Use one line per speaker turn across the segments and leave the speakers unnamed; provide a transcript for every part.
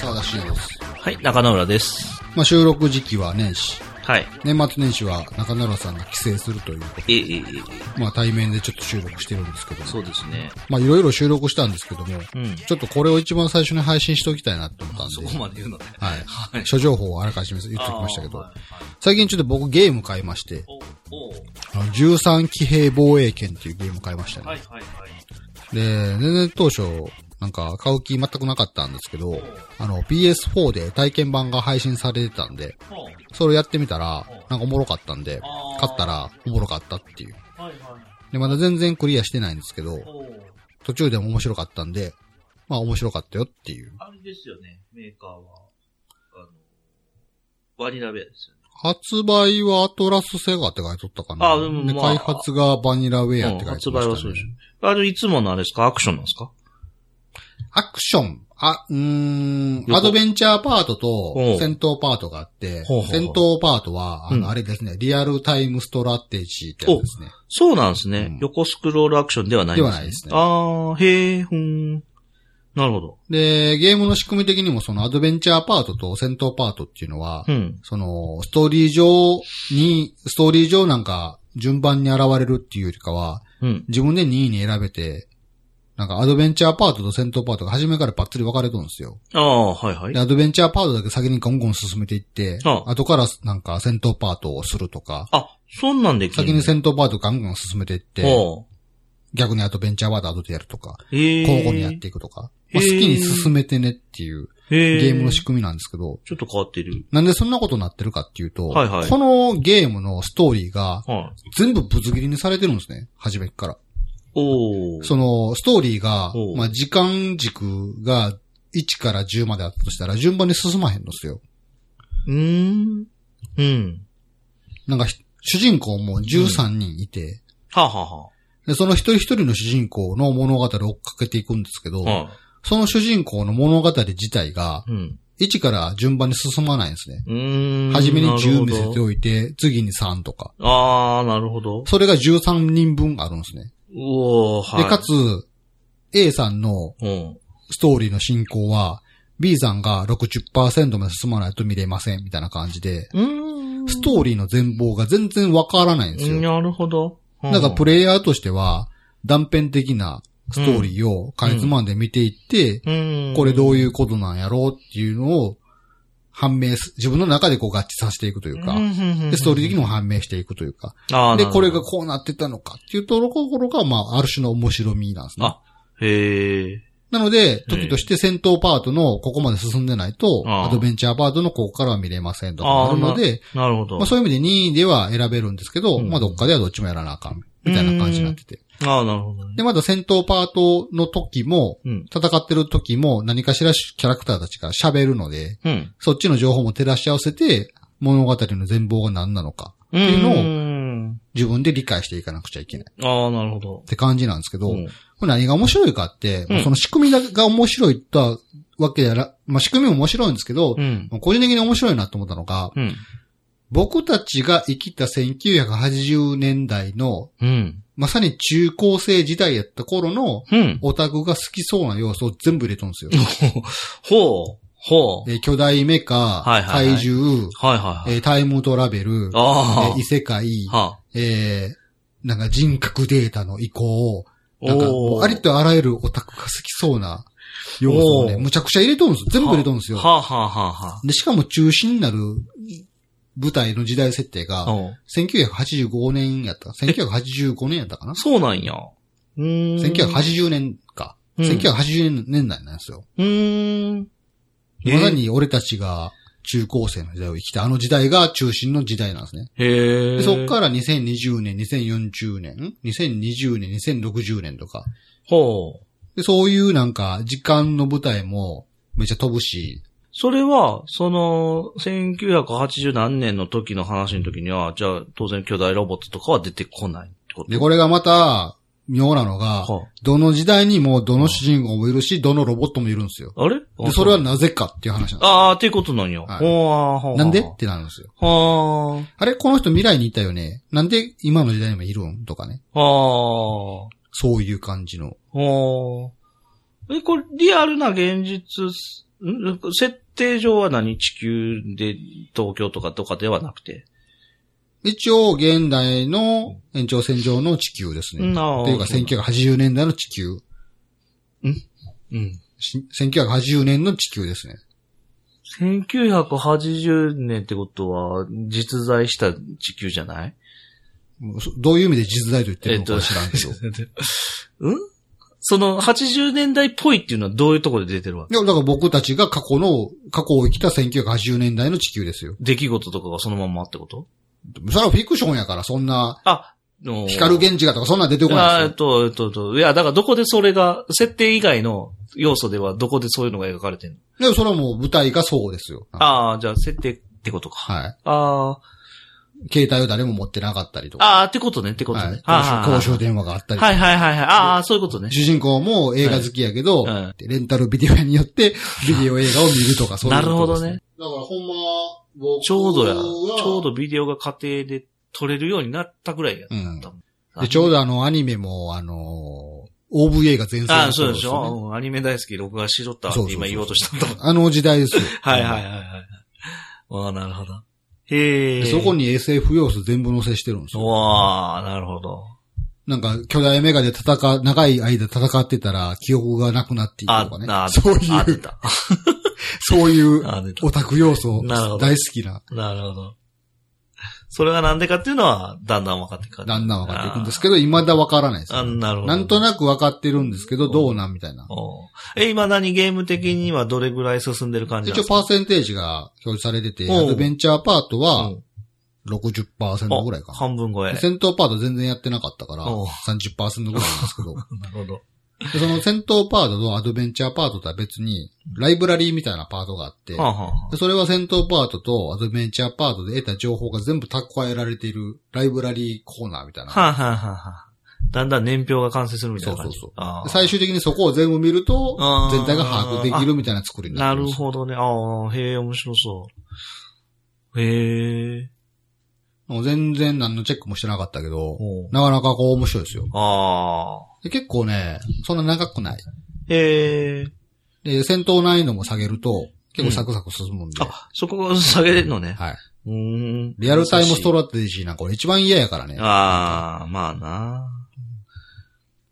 沢田信也です。
はい、中野浦です。
まあ、収録時期は年始。
はい。
年末年始は中野浦さんが帰省するというこ
え、え、え、
と。まあ、対面でちょっと収録してるんですけども。
そうですね。
まあ、いろいろ収録したんですけども、
うん
ちょっとこれを一番最初に配信しておきたいなと思ったんで。
そこまで言うのね。
はい。
はい。
諸情報をあらかじめ言っておきましたけど、
あーはいはい
最近ちょっと僕ゲーム買いまして、
お、お、
あの13騎兵防衛権っていうゲーム買いましたね。
はいはいはい。
で、全然当初、なんか買う気全くなかったんですけど、あの PS4 で体験版が配信されてたんで、
お、はい
それをやってみたら、なんかおもろかったんで
あ、ー
買ったらおもろかったっていう。
はい。
で、まだ全然クリアしてないんですけど、
お、
途中でも面白かったんで、まあ面白かったよっていう。
あれですよね、メーカーは。あの、バニラベアですよね。
発売はアトラスセガって書いとったかな。
あうん
で
まあ
開発がバニラウェアって書いて
うん
ました、
発
ね
売はそうでしょ。あれ、いつものあれですかアクションなんですか
アクション。あ、うーん、
横
アドベンチャーパート
ほ
と
う
戦闘パートがあって、
ほうほう
戦闘パートは、あ
うん
の、あれですね、リアルタイムストラテジーってやつですね。
そうなんですね、
うん
横スクロールアクションではないん
ではないですね
あー、へー、ふーん。なるほど。
で、ゲームの仕組み的にもそのアドベンチャーパートと戦闘パートっていうのは、
うん。
その、ストーリー上に、ストーリー上なんか順番に現れるっていうよりかは、
うん。
自分で任意に選べて、なんかアドベンチャーパートと戦闘パートが初めからパッツリ分かれとるんですよ。
あー、はいはい
で、。アドベンチャーパートだけ先にゴンゴン進めていって、
あ
後からなんか戦闘パートをするとか、
あ、そんなんできる
先に戦闘パートガンガン進めていって、
おう
逆にアドベンチャーパート後でやるとか、
へー
交互にやっていくとか、まあ
へ
好
ー
きに進めてねっていう
へ
ゲームの仕
ち
組みなんですけど、
ょっと変わってる。
なんでそんなことになってるかっていうと、
はいはい
このゲームのストーリーが
はい。
全部ぶつ切りにされてるんですね、初めっから。
おー。
その、ストーリーが
お、う
まあ、時間軸が1から10まであったとしたら、順番に進まへんのですよ。
うーん。うん。
なんかひ、主人公も13人いて、
はあ、はあは
でその一人一人の主人公の物語を追っかけていくんですけど、
あ、は
その主人公の物語自体が
い。、うん。
1から順番に進まないんですね。
うーん。
はじめに10見
なる
せ
ほ
て
ど
おいて、次に3とか。
あー、なるほど。
それが13人分あるんですね。
おー、はい。
で、かつ、A さんの
うん。
ストーリーの進行は、B さんが60%まで進まないと見れません、みたいな感じで、
うーん。
ストーリーの全貌が全然わからないんですよ。
なるほど。
だからプ
レ
レイヤーとしては、断片的なストーリーをかいつまんで見ていって、
うん。
これどういううことなんやろうっていうのを判明す、自分の中でこう合致させていくというか、でストーリー的にも判明していくというか、
あー
で、
なるほど
これがこうなってたのかっていうところが、まあ、ある種の面白みなんですね。
あへー。
なので、
うん
時として戦闘パートのここまで進んでないと、
ああ
アドベンチャーパートのここからは見れませんとかあるので、
なるほど。
まあ、そういう意味で任意では選べるんですけど、
うん
まあどっかではどっちもやらなあかん、みたいな感じになってて。
あー、なるほどね。
で、まだ戦闘パートの時も、
うん。
戦ってる時も何かしらキャラクターたちが喋るので、
うん。
そっちの情報も照らし合わせて、物語の全貌が何なのか、
って
いうのを
の
自分で理解していかなくちゃいけないっ
を。あー、なるほど。
て感じなんですけど、
うん
これ何が面白いかって、
うん
その仕組みが面白いとはわけやら、まあ、仕組みも面白いんですけど、
うん。
個人的に面白いなと思ったのが、
うん。
僕たちが生きた1980年代の、
うん。
まさに中高生時代やった頃の、
うん。
オタクが好きそうな要素を全部入れとるんですよ。
ほう。ほう。
えー巨大メカ、
はいはいはい
怪獣、
はいはいはい。
えータイムトラベル、
あ
えー異世界、
あ。はあ。
えーなんか人格データの移行、なんか、も
お
う
ー
ありとあらゆるオタクが好きそうな要素をね、
おー
むちゃくちゃ入れとるんですよ。全部入れとるんですよ。
はあはあはあ
で、しかも中心になる舞台の時代設定
はあ
が、
うん。
1985年やったか、1985年やったかな
そうなんや。うーん。
?1980 年か。
うん
1980年代なんですよ。
うーん。
まさに俺たちが中高生の時代を生きた、あの時代が中心の時代なんですね。
へえ。
でそこから2020年、2040年、2020年、2060年とか。
ほう。
でそういうなんか、時間の舞台もめっちゃ飛ぶし、
それは、その、1980何年の時の話の時には、じゃあ、当然巨大ロボットとかは出てこないってこと
で、これがまた、妙なのが、
は
どの時代にもどの主人公もいるし、どのロボットもいるんですよ。
あ、あれ
で、それは、なぜかっていう話なんで
ああ、っていうことなんや。
はい
ほうほ
す
う
よ。なんでってなるんですよ。
は
あれこの人未来にいたよね。なんで今の時代にもいるんとかね。
あ。はあ。
そういう感じの。
おーえ、これ、リアルな現実ん設定上は何地球で、東京とかとかではなくて。
一応、現代の延長線上の地球ですね。
うんあー
というか、
そうなんだ
1980年代の地球。
うん。
し1980年の地球ですね。
1980年ってことは、実在した地球じゃない
もうそどういう意味で実在と言ってるのか
えっ
は
と
知らんけど。
うんその80年代っぽいっていうのはどういうところで出てるわけ
いや、だから僕たちが過去の、過去を生きた1980年代の地球ですよ。
出来事とかがそのまんまってこと
それはフィクションやから、そんな、
あ、の
光源氏がとかそんなん出てこ
あ
ないで
えっ
すよ。
と、えっと、えっと、いや、だからどこでそれが、設定以外の要素ではどこでそういうのが描かれてんの
でもそれはもう舞台がそうですよ。
ああ、じゃあ設定ってことか。
は
あ
い。携帯を誰も持ってなかったりと
あ、
か。
ああ、ってことね、ってことね。
はい
ああ
公衆。公衆電話があったりとか
はいはいはいはい。ああ、そういうことね。
主人公も映画好きやけど、
は
レンタルビデオ屋によ って、ビデオ映画を見るとか、そういう
なる
こ
ほ
とで
ど
すね
ね。。
だからほんま、僕
ちょうどや。ち
は
ょうどビデオが家庭で撮れるようになったぐらいや。
うん
多分
でちょうどあの、アニメも、あのー、OVA が全盛
あ
の
あ、そう
頃
でし
よね
ょ。うんアニメ大好き、録画しろったわ
そうそ
っ
う
て
そう
今言おうとしたんだもん。。
あの時代ですよ
はいはいはいはい。わあ、なるほど。へ
で
え。
そこに SF 要素全部載せしてるんですよ。
わあ、なるほど。なん
なんか、巨大メガで戦う、長い間戦ってたら、記憶がなくなっていく
あ
とかね、。
あ、
そう
あ
い
出
う、
た。
そういう
あ出た
オタク要素
なるほど
大好きな
なるほど。それがなんでかっていうのは、だんだん分かっていく。
だんだん分かっていくんです
け
けど、未だ分からないです
あ、
よ、
なるほど。
なんとなく分かってるんですけど、どうなんみたいな。
おう。え、今何ゲーム的にはどれぐらい進んでる感じなん
一
で
応
すか
パーセンテージが表示されてて、
おう
アドベンチャーパートは
うん
60%ぐらいか
あ
な。
半分超え。
戦闘パート全然やってなかったから、
おう
30%ぐらいなんですけど、
なるほど。
でその戦闘パートとアドベンチャーパートとは別に、ライブラリーみたいなパートがあって、
はあ、はあは
でそれは戦闘パートとアドベンチャーパートで得た情報が全部蓄えられているライブラリーコーナーみたい
あ、
な。
はあはあはあはあ、だんだん年表が完成するみたいな感じ。
そうそう
あ
で
あ
最終的にそこを全部見ると
あ、ー
全体が把握できるみたいな作りにな
な
ってま
る
す。
ほどね。ああ、へえ、面白そう。へえ。
もう全然何のチェックもしてなかったけど、
おう
なかなかこう面白いですよ。
ああ。
で結構ね、そんな長くない。
へえ。
で、戦闘難易度も下げると、結構サクサク進むんで。
あ、そこが下げれるのね。
はい。
うーん。
リアルタイムスト
ロ
ラテジーなんか俺一番嫌やからね。
ああ、まあな。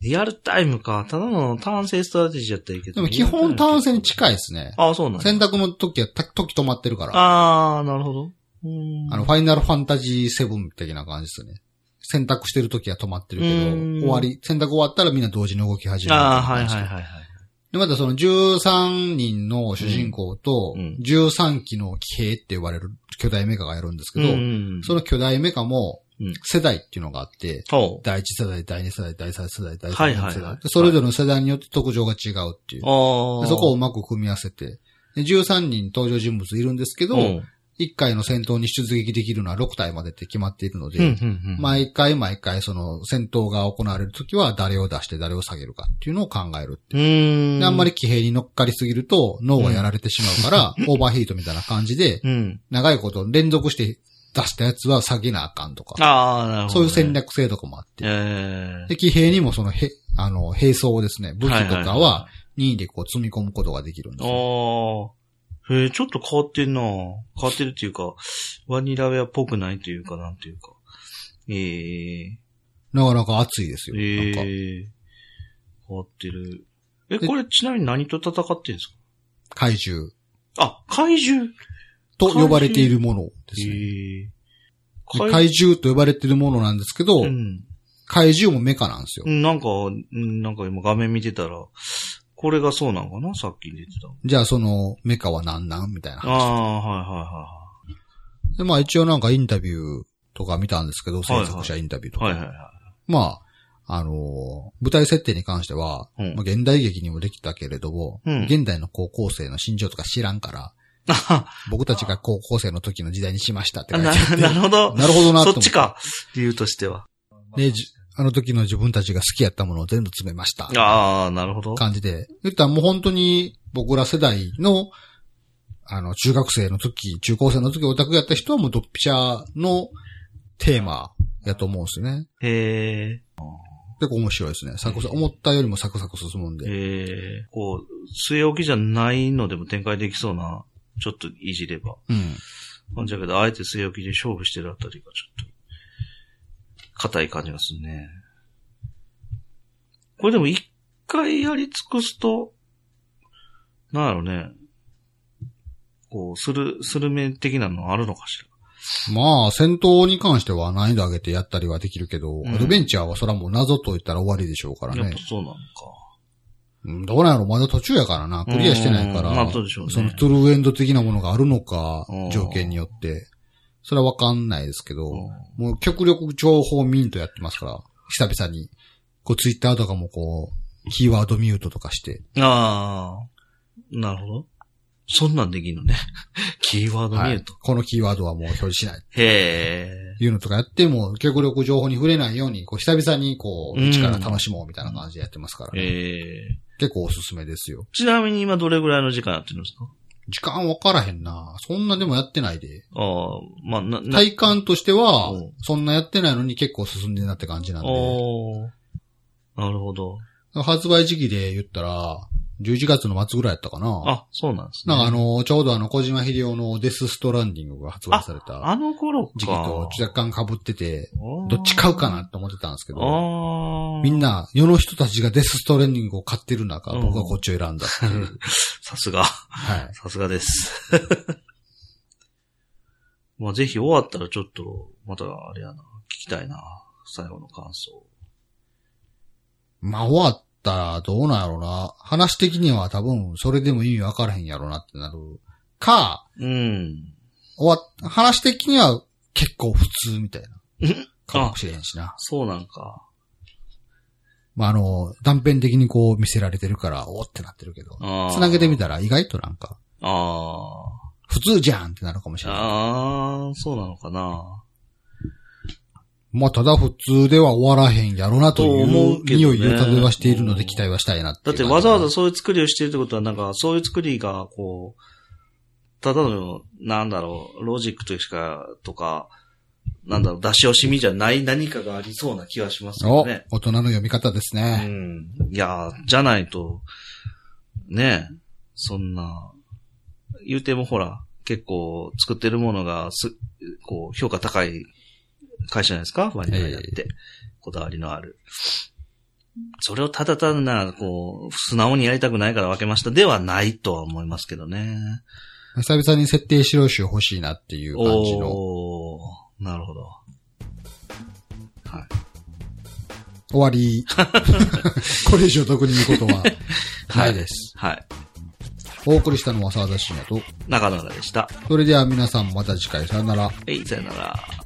リアルタイムか。ただの単性ストラテジーやったらいいけ
で
ど。
も基本単線に
い。
近いですね。
ああ、そうなんだ
選択の時はた時止まってるから。
ああ、なるほど。うーん
あの、ファイナルファンタジー7的な感じですね。選択してる時は止まってるけ
う
ど、
ん
終わり、選択終わったらみんな同時に動き始める。
ああ、はいはいはいはい。
で、またその13人の主人公と
うんうん、
13機の騎兵って呼ばれる巨大メカがやるんですけど、
うん
その巨大メカも
うん、
世代っていうのがあって、
ほ
第一世代、第二世代、第三世代、第
はい
四世
はい
代。
はい
でそれぞれの世代によって特徴が違うっていう
う。。ああ。
でそこをうまく組み合わせて。で13人登場人物いるんですけど、
うん、
1回の戦闘に出撃できるのは6体までって決まっているので、
うん、うんうん。
毎回毎回その戦闘が行われるときは誰を出して誰を下げるかっていうのを考える。
うーん。
であんまり。騎兵に乗っかりすぎると脳がやられてしまうから、オーバーヒートみたいな感じで、
うん。
長いこと連続して出したやつは下げなあかんとか、
ああ、なるほど、
そういう戦。略性とかもあって。
ええ
で、騎兵にもその、へ、あの、兵装をですね、武器と
はいは
か
いは
は任意でこう積み込むことができるんですよ、
ああ。へえ、ちょっと変わってんな変わってるっていうか、バニラウェアっぽくないというか、なんていうか。ええ
なかなか熱いですよ。
え
なんか、
え変わってる。え、これちなみに何と戦ってんです
怪獣
かあ、怪獣。
と呼ばれているものですね。
ええ
で怪獣と呼ばれているものなんですけど、
うん。
怪獣もメカなんですよ。
うんなんか、うんなんか今画面見てたら、これがそうなのかなさっき出てた。
じゃあそのメカは何なんみたいな
あ
話。
あ、はいはいは
で、まあ一応なんかインタビューとか見たんですけど、制作者インタビューとか。
い。はいはいは
まあ、あのー舞台設定に関しては、
うん
まあ、現代劇にもできたけれども、
うん
現代の高校生の心情とか知らんから、 僕たちが高校生の時の時代にしましたって
い。
書いてあ
な
って。
なるほど。
なるほどなと
そ
思
っちか。理由としては。
で、じあの時の自分たちが好きやったものを全部詰めました。
ああ、なるほど。
感じで。言ったらもう本当に僕ら世代の、あの、中学生の時、中高生の時オタクやった人はもうドッピシャのテーマやと思うんですよね。
へえ。
結構面白いですね。サクサク、思ったよりもサクサク進むんで。
ええこう、据え置きじゃないのでも展開できそうな、ちょっといじれば。
うん。
なんじゃけど、あえて据え置きで勝負してるあたりがちょっと、硬い感じがするね。これでも一回やり尽くすと、なんやろね。こう、する、スルメ的なのあるのかし
まあ、戦闘に関しては難易度上げてやったりはできるけど、
ん
アドベンチャーはそれはもう謎と言ったら終わりでしょうから
ら。
ね。
やっぱそうなのか。
うんどうなんやろまだ途中やからな。クリアしてないから。
うんまあそうでしょうね
そのトゥルーエンド的なものがあるのか
うん、
条件によって。それはわかんないですけど、
うん
もう極力情報ミントやってますから、久々に。こう、ツイッターとかもこう、キーワードミュートとかして。
ああ、なるほど。そんなんできんのね。 キーワード見
は
る
い
と。。
このキーワードはもう表示しない。
へ
いうのとかやっても、極力情報に触れないように、こう、久々にこ
う
う、
ん
一から楽しもうみたいな感じでやってますから
え。
ね、
ええ
結構おすすめですよ。
ちなみに今どれぐらいの時間やってるんですか
時間分からへんな。そんなでもやってないで。
ああ、まあ、な、な、
体感としては
うん、
そんなやってないのに結構進んでるなって感じなんで、
おーなるほど。
発売時期で言ったら、11月の末ぐらいやったかな。
あ、そうなんですね。
なんかあの、ちょうどあの、小島秀夫のデスストランディングが発売された
あの頃か。
時期と若干被ってて、
あー
どっち買うかなって思ってたんですけど、
ああ。
みん。な、世の人たちがデスストランディングを買ってる中、
うん
僕はこっちを選んだっていう。
さすが。
はい。
さすがです。 まあ、ぜひ終わったらちょっと、また、あれやな、聞きたいな。最後の感想。
まあ、終わったらどうなんやろうな。話的には多分、それでも意味分からへんやろうなってなる。か、
うん。
終わっ、話的には結構普通みたいな
うん。
かもしれへんしな。
そうなんか。
まあ、あの、断片的にこう見せられてるから、おーってなってるけど。
あー
つなげてみたら意外となんか、
あ
普通じゃんってなるかもし
あ。
れない。
ああ、そうなのかな。
まあ、ただ普通では終わらへんやろなとい
と思う
う
けどね
匂いを漂わしているの
う
で
ん
期待はしたいなって
だ
い
っ
う
て
感じ
わざわざそういう作りをしてるってことは、なんか、そういう作りが、こう、ただの、なんだろう、ロジックとしか、とか、なんだろう、出し惜しみじゃない何かがありそうな気はしますよ
お、
ね。
大人の読み方です
う
ね。
ん。いやー、じゃないと、ねえ、そんな、言うてもほら、結構作ってるものがす、こう、評価高い会社じゃないですかワニラやって。こだわりのある。それをただ単な、こう、素直にやりたくないから分けましたではないとは思いますけどね。
久々に設定資料集欲しいなっていう感じの。
おー、なるほど。はい。
終わ り。これ以上特に言うことはない です。
はい。
お送りしたのは沢田信也と、
中野原でした。
それでは皆さんまた次回さよなら。
えい、さよなら。